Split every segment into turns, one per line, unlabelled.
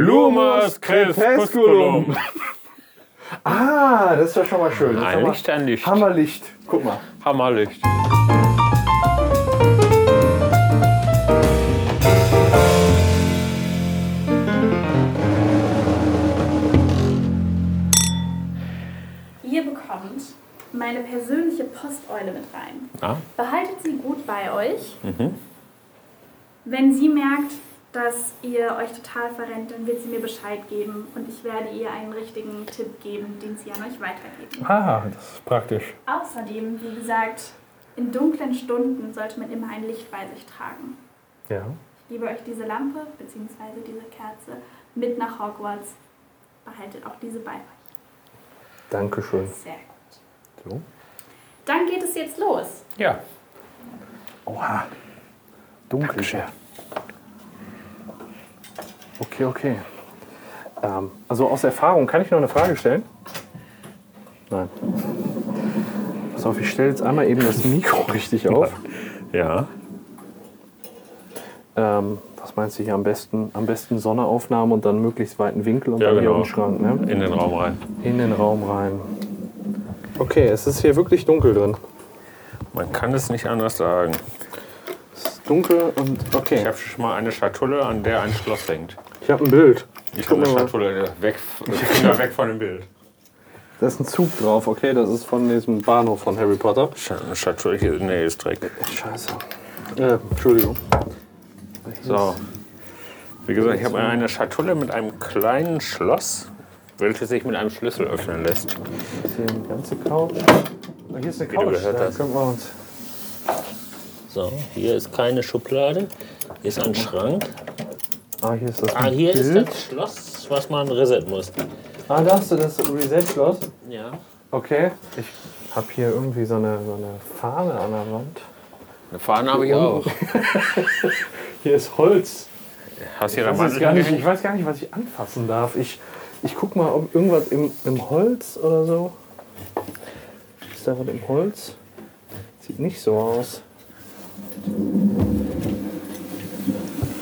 Lumus Crepusculum.
Ah, das ist ja schon mal schön. Das ist
Ein
schon mal-
Licht, ein Licht.
Hammerlicht. Guck mal.
Hammerlicht.
Ihr bekommt meine persönliche Posteule mit rein.
Ah.
Behaltet sie gut bei euch.
Mhm.
Wenn sie merkt, dass ihr euch total verrennt, dann wird sie mir Bescheid geben und ich werde ihr einen richtigen Tipp geben, den sie an euch weitergeben.
Ah, das ist praktisch.
Außerdem, wie gesagt, in dunklen Stunden sollte man immer ein Licht bei sich tragen.
Ja.
Ich gebe euch diese Lampe bzw. diese Kerze mit nach Hogwarts. Behaltet auch diese bei euch.
Dankeschön.
Sehr gut.
So.
Dann geht es jetzt los.
Ja.
Oha. Dunkel. Okay, okay. Ähm, also aus Erfahrung, kann ich noch eine Frage stellen? Nein. Pass auf, ich stelle jetzt einmal eben das Mikro richtig auf.
Ja.
Ähm, was meinst du hier am besten? Am besten Sonneaufnahme und dann möglichst weiten Winkel und
Ja,
dann hier
genau.
im Schrank, ne?
In den Raum rein.
In den Raum rein. Okay, es ist hier wirklich dunkel drin.
Man kann es nicht anders sagen.
Es ist dunkel und okay.
Ich habe schon mal eine Schatulle, an der ein Schloss hängt.
Ich habe ein Bild.
Ich
Guck
Genau.
habe eine
mal.
Schatulle äh, weg, Finger weg von dem Bild.
Da ist ein Zug drauf, okay? Das ist von diesem Bahnhof von Harry Potter.
Scha- Schatulle, hier- nee, ist Dreck.
Scheiße. Äh, Entschuldigung.
So. Wie gesagt, ich habe eine Schatulle mit einem kleinen Schloss, welches sich mit einem Schlüssel öffnen lässt.
Das ist hier eine ganze Couch. Ah, Hier ist eine
du
Couch.
gehört
Da
hast.
können wir uns.
So, hier ist keine Schublade. Hier ist ein Schrank.
Ah, hier ist das
Ah, hier ist
Bild.
das Schloss, was man resetten muss.
ah, da hast du das Reset-Schloss.
Ja.
Okay. Ich habe hier irgendwie so eine, so eine Fahne an der Wand.
Eine Fahne habe ich auch.
Hier ist Holz.
Hast du hier
Ich
da
weiß, gar nicht, Also ich
Mandeln?
weiß gar nicht, was ich anfassen darf. Ich, ich guck mal, ob irgendwas im, im Holz oder so. Ist da was im Holz? Sieht nicht so aus.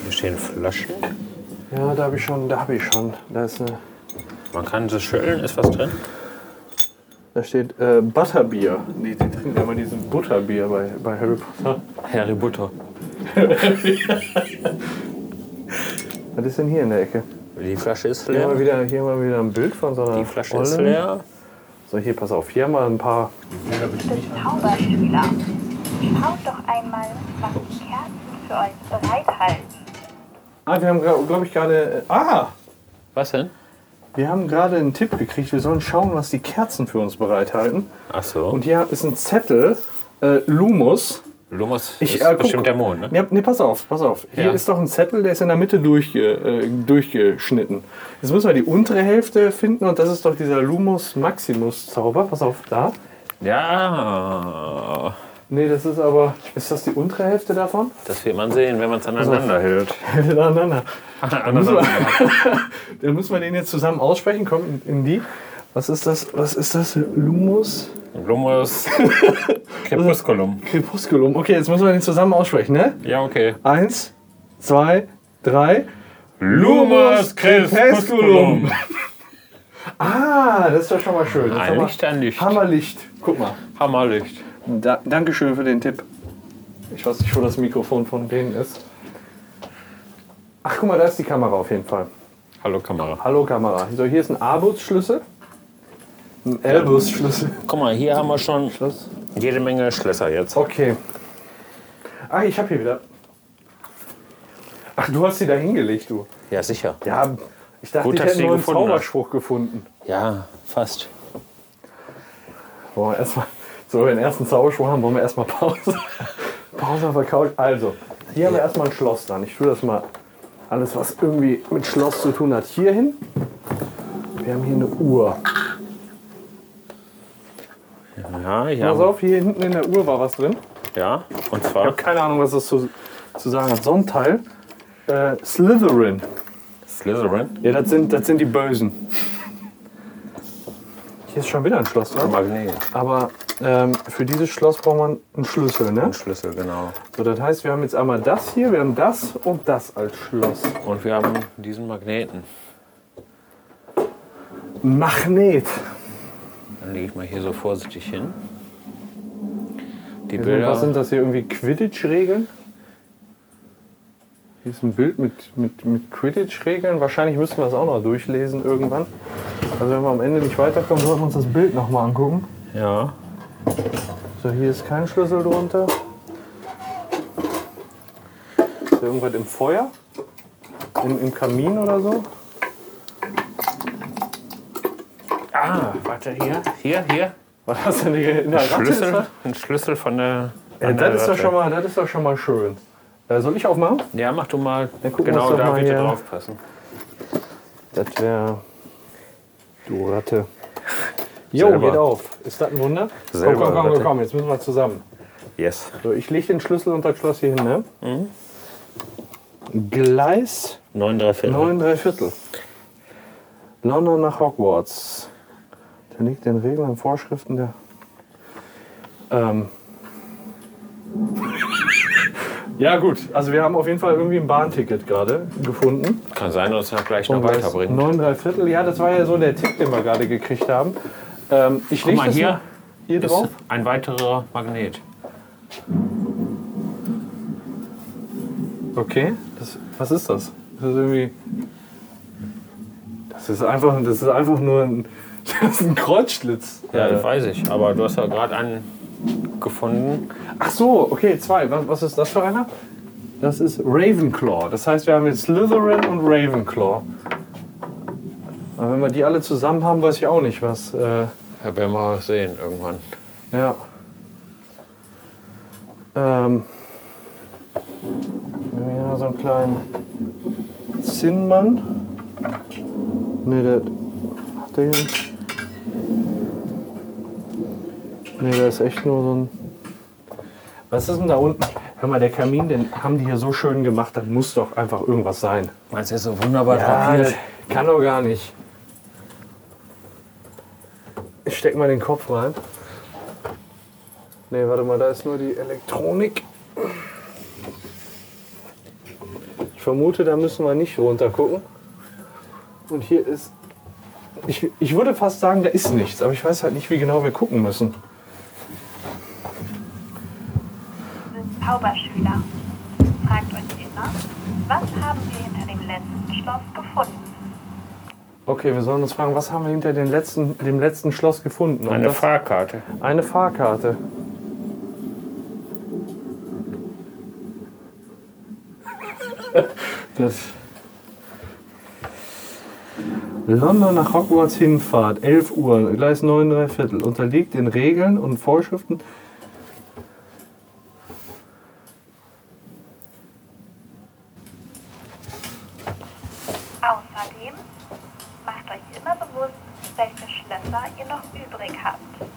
Hier stehen Flaschen.
Ja, da habe ich schon, da habe ich schon. Da, ist eine,
Man kann sie schütteln, ist was drin?
da steht äh, Butterbier. Die, die trinken immer diesen Butterbier bei, bei Harry Potter.
Harry Butter.
Was ist denn hier in der Ecke?
Die Flasche ist
Hier mal
leer.
wieder, hier mal wieder ein Bild von so einer
Die Flasche ist
Olle.
leer.
So, hier, pass auf. Hier haben wir ein paar.
des Zauberschüler. Schaut doch einmal, was die Kerzen für euch bereithalten.
Ah, wir haben, glaube ich, gerade. Äh, ah!
Was denn?
Wir haben gerade einen Tipp gekriegt. Wir sollen schauen, was die Kerzen für uns bereithalten.
Ach so.
Und hier ist ein Zettel, äh, Lumus.
Lumos
Ich,
ist
äh, guck-
bestimmt der Mond, ne?
Ne, nee, pass auf, pass auf. Hier
Ja.
ist doch ein Zettel, der ist in der Mitte durchge, äh, durchgeschnitten. Jetzt müssen wir die untere Hälfte finden und das ist doch dieser Lumus Maximus Zauber. Pass auf, da.
Ja.
Nee, das ist aber, ist das die untere Hälfte davon?
Das wird man sehen, wenn man es aneinander hält.
Miteinander.
Aneinander.
Dann müssen wir den jetzt zusammen aussprechen. Komm in, in die. Was ist das? Was ist das? Lumus
Lumos Crepusculum.
Crepusculum. Okay, jetzt müssen wir den zusammen aussprechen, ne?
Ja, okay.
Eins, zwei, drei.
Lumos
Crepusculum. Ah, das ist doch schon mal schön. Das ist
Ein
doch mal-
Licht, ein Licht.
Hammerlicht. Guck mal.
Hammerlicht.
Da, Dankeschön für den Tipp. Ich weiß nicht, wo das Mikrofon von denen ist. Ach, guck mal, da ist die Kamera auf jeden Fall.
Hallo Kamera.
Hallo Kamera. So, hier ist ein A-Bus-Schlüssel. Ein L-Bus-Schlüssel.
Guck mal, hier haben wir schon
Schluss.
jede Menge Schlösser jetzt.
Okay. Ach, ich hab hier wieder. Ach, du hast sie da hingelegt, du.
Ja, sicher.
Ja, ich dachte,
Gut,
ich
dass
hätte
du die
nur einen
gefunden hast.
Zauberspruch gefunden.
Ja, fast.
Boah, erstmal. So, den ersten Zauberspruch haben, wollen wir erstmal Pause. Pause auf der Couch. Also, hier haben wir erstmal ein Schloss dran. Ich tue das mal alles, was irgendwie mit Schloss zu tun hat, hier hin. Wir haben hier eine Uhr.
Ja,
Pass
ja.
auf, hier hinten in der Uhr war was drin.
Ja, und
Ich
zwar
habe keine Ahnung, was das zu, zu sagen hat. So ein Teil. Äh, Slytherin.
Slytherin.
Ja, das sind, das sind die Bösen. Hier ist schon wieder ein Schloss dran.
Magnet.
Aber Ähm, für dieses Schloss braucht man einen Schlüssel, ne?
Ein Schlüssel, genau.
So, das heißt, wir haben jetzt einmal das hier, wir haben das und das als Schloss.
Und wir haben diesen Magneten.
Magnet.
Dann lege ich mal hier so vorsichtig hin. Die
Was sind
Bilder.
das hier irgendwie Quidditch-Regeln? Hier ist ein Bild mit, mit, mit Quidditch-Regeln. Wahrscheinlich müssen wir das auch noch durchlesen irgendwann. Also wenn wir am Ende nicht weiterkommen, sollten wir uns das Bild nochmal angucken.
Ja.
So, hier ist kein Schlüssel drunter. Ist da irgendwas im Feuer? Im, Im Kamin oder so?
Ah, warte, hier, hier, hier.
Was hast du denn hier in der Ratte? Ist
Schlüssel,
das?
ein Schlüssel von der.
Ja,
an der
Äh, das, ist doch
Ratte.
schon mal, das ist doch schon mal schön. Äh, soll ich aufmachen?
Ja, mach du mal.
gucken wir uns
Genau,
doch
da
mal
bitte
hier.
draufpassen.
Das wäre. Du Ratte. Jo,
Selber.
geht auf. Ist das ein Wunder?
Selber
komm, komm, komm,
Ratte.
komm, jetzt müssen wir zusammen.
Yes.
So, ich lege den Schlüssel unter das Schloss hier hin, ne? Gleis
9 Viertel.
9 3 Viertel. London nach Hogwarts. Da liegt den Regeln und Vorschriften der. Ähm. ja, gut. Also, wir haben auf jeden Fall irgendwie ein Bahnticket gerade gefunden.
Kann sein, dass es gleich noch
Weiß,
weiterbringt.
Neun, drei Viertel. Ja, das war ja so der Tipp, den wir gerade gekriegt haben. Ähm, ich
Guck
leg
mal,
das
hier
mal hier
ist
drauf.
ein weiterer Magnet.
Okay. Das, was ist das? Das ist irgendwie. Das ist einfach, das ist einfach nur ein, das ist ein Kreuzschlitz.
Ja,
Äh,
das weiß ich. Aber du hast ja gerade einen gefunden.
Ach so, okay, zwei. Was, was ist das für einer? Das ist Ravenclaw. Das heißt, wir haben jetzt Slytherin und Ravenclaw. Aber wenn wir die alle zusammen haben, weiß ich auch nicht, was. Äh,
Ja, werden wir auch sehen irgendwann.
Ja. Ähm. Wir haben hier noch so einen kleinen Zinnmann. Ne, der. Hat der hier. Ne, der ist echt nur so ein. Was ist denn da unten? Hör mal, der Kamin, den haben die hier so schön gemacht, da muss doch einfach irgendwas sein.
Meinst du, ist so wunderbar
das kann doch gar nicht. Ich steck mal den Kopf rein. Nee, warte mal, da ist nur die Elektronik. Ich vermute, da müssen wir nicht runter gucken. Und hier ist. Ich, ich würde fast sagen, da ist nichts, aber ich weiß halt nicht, wie genau wir gucken müssen.
Zauberschüler. Fragt euch immer, was haben wir hinter dem letzten Schloss gefunden?
Okay, wir sollen uns fragen, was haben wir hinter den letzten, dem letzten Schloss gefunden? Und
Eine
das-
Fahrkarte.
Eine Fahrkarte. Das. London nach Hogwarts Hinfahrt, 11 Uhr, Gleis 9, 3 Viertel. Unterliegt den Regeln und Vorschriften.
Außerdem macht euch immer bewusst, welche Schlösser ihr noch übrig habt.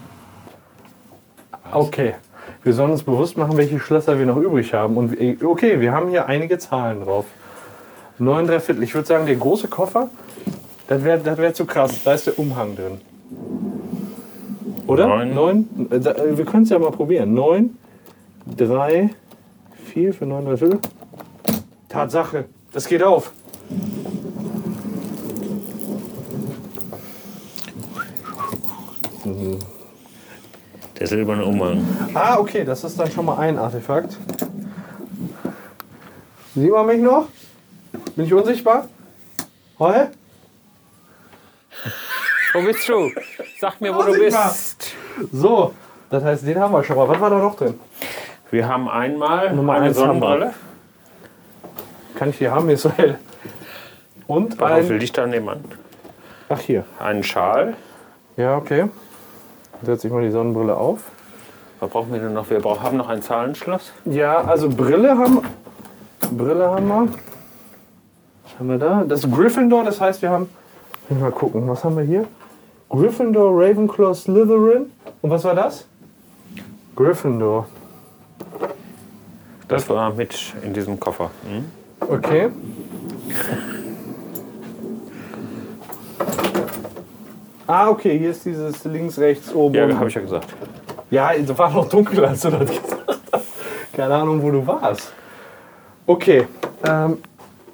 Okay. Wir sollen uns bewusst machen, welche Schlösser wir noch übrig haben. Und wir- okay, wir haben hier einige Zahlen drauf. 9, 3 Viertel. Ich würde sagen, der große Koffer, das wäre das wär zu krass. Da ist der Umhang drin. Oder?
Neun.
Neun? Äh, da- äh, wir können es ja mal probieren. 9, 3, 4 für 9, 3 Viertel. Tatsache, das geht auf.
Der silberne Umhang.
Ah, okay, das ist dann schon mal ein Artefakt. Sieht man mich noch? Bin ich unsichtbar? Hä?
Wo bist du? Sag mir, wo du
Unsichtbar.
bist.
So, das heißt, den haben wir schon mal. Was war da noch drin?
Wir haben einmal
Nummer
eine
eins haben wir.
Sonnenbrille.
Kann ich die haben, Mir ist so hell. Und
Darauf will
ein...
ich da nebenan.
Ach, hier.
Einen Schal.
Ja, okay. Setze ich mal die Sonnenbrille auf.
Was brauchen wir denn noch? Wir brauchen, haben noch ein Zahlenschloss.
Ja, also Brille haben Brille haben wir. Was haben wir da? Das ist Gryffindor, das heißt, wir haben. Mal gucken, was haben wir hier? Gryffindor, Ravenclaw, Slytherin. Und was war das? Gryffindor.
Das war mit in diesem Koffer. Hm?
Okay. Ah, okay, hier ist dieses links, rechts, oben.
Ja,
unten.
habe ich ja gesagt.
Ja, es war noch dunkel, als du das gesagt hast. Keine Ahnung, wo du warst. Okay, ähm,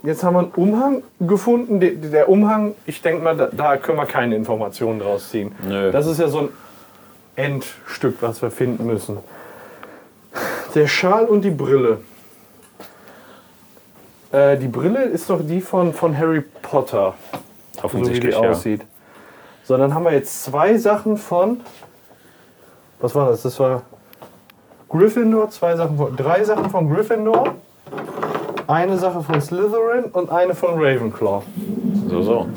jetzt haben wir einen Umhang gefunden. Der, der Umhang, ich denke mal, da, da können wir keine Informationen draus ziehen.
Nö.
Das ist ja so ein Endstück, was wir finden müssen. Der Schal und die Brille. Äh, die Brille ist doch die von, von Harry Potter, so wie die
Offensichtlich, ja.
aussieht. So, dann haben wir jetzt zwei Sachen von. Was war das? Das war Gryffindor, zwei Sachen von. Drei Sachen von Gryffindor, eine Sache von Slytherin und eine von Ravenclaw.
So, so.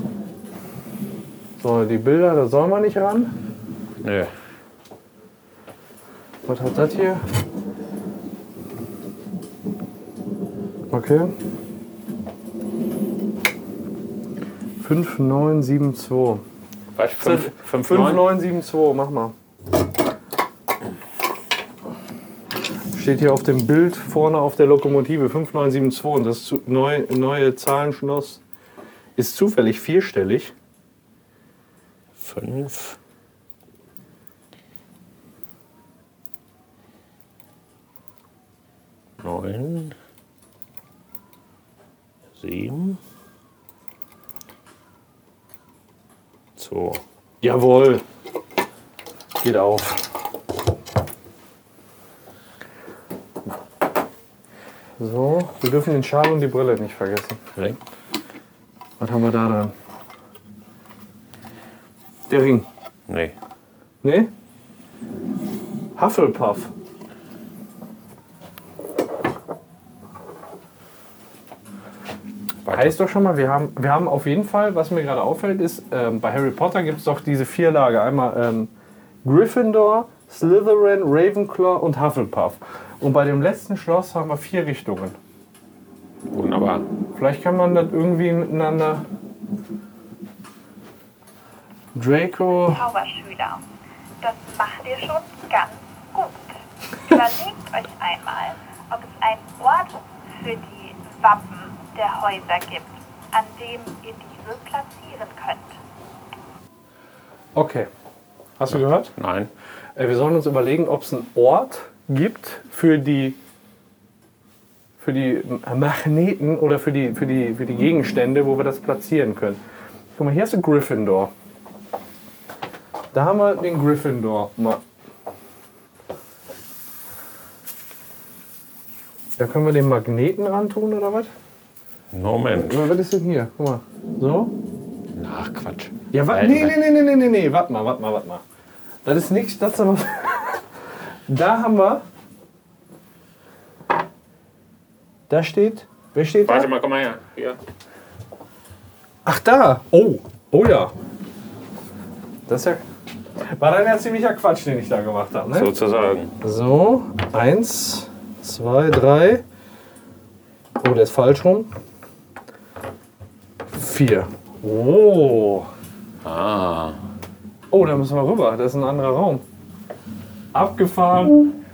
So, die Bilder, da soll man nicht ran.
Nö.
Was hat das hier? Okay. 5972.
Was? 5, 5, 9?
5972, mach mal. Steht hier auf dem Bild vorne auf der Lokomotive 5972 und das zu, neu, neue Zahlenschloss ist zufällig vierstellig.
5. Neun. Sieben. Zwei.
Jawohl. Geht auf. So, wir dürfen den Schal und die Brille nicht vergessen.
Okay.
Was haben wir da dran? Der Ring.
Nee.
Nee? Hufflepuff.
Weiter.
Heißt doch schon mal, wir haben, wir haben auf jeden Fall, was mir gerade auffällt, ist, ähm, bei Harry Potter gibt es doch diese vier Lager. Einmal ähm, Gryffindor, Slytherin, Ravenclaw und Hufflepuff. Und bei dem letzten Schloss haben wir vier Richtungen.
Wunderbar.
Vielleicht kann man das irgendwie miteinander... Draco...
Zauberschüler. Das macht ihr schon ganz gut. Überlegt euch einmal, ob es einen Ort für die Wappen der Häuser gibt, an dem ihr diese platzieren könnt.
Okay. Hast du gehört?
Nein.
Äh, Wir sollen uns überlegen, ob es einen Ort gibt für die, für die Magneten oder für die, für, die, für die Gegenstände, wo wir das platzieren können. Guck mal, hier ist ein Gryffindor. Da haben wir den Gryffindor. Mal. Da können wir den Magneten rantun oder was?
Moment.
Oder was ist denn hier? Guck mal. So?
Ach, Quatsch.
Ja, wa-
Nein,
nee, nee,
nein.
nee, nee, nee, nee, nee, warte mal, warte mal, warte mal. Das ist nichts, das ist aber. da haben wir. Da steht. Wer steht da?
Warte mal, komm mal her. Hier.
Ach, da. Oh, oh ja. Das ist ja. War dann ja ziemlicher Quatsch, den ich da gemacht habe, ne?
Sozusagen.
So, eins, zwei, drei. Oh, der ist falsch rum. Vier. Oh.
Ah.
Oh, da müssen wir rüber. Das ist ein anderer Raum. Abgefahren.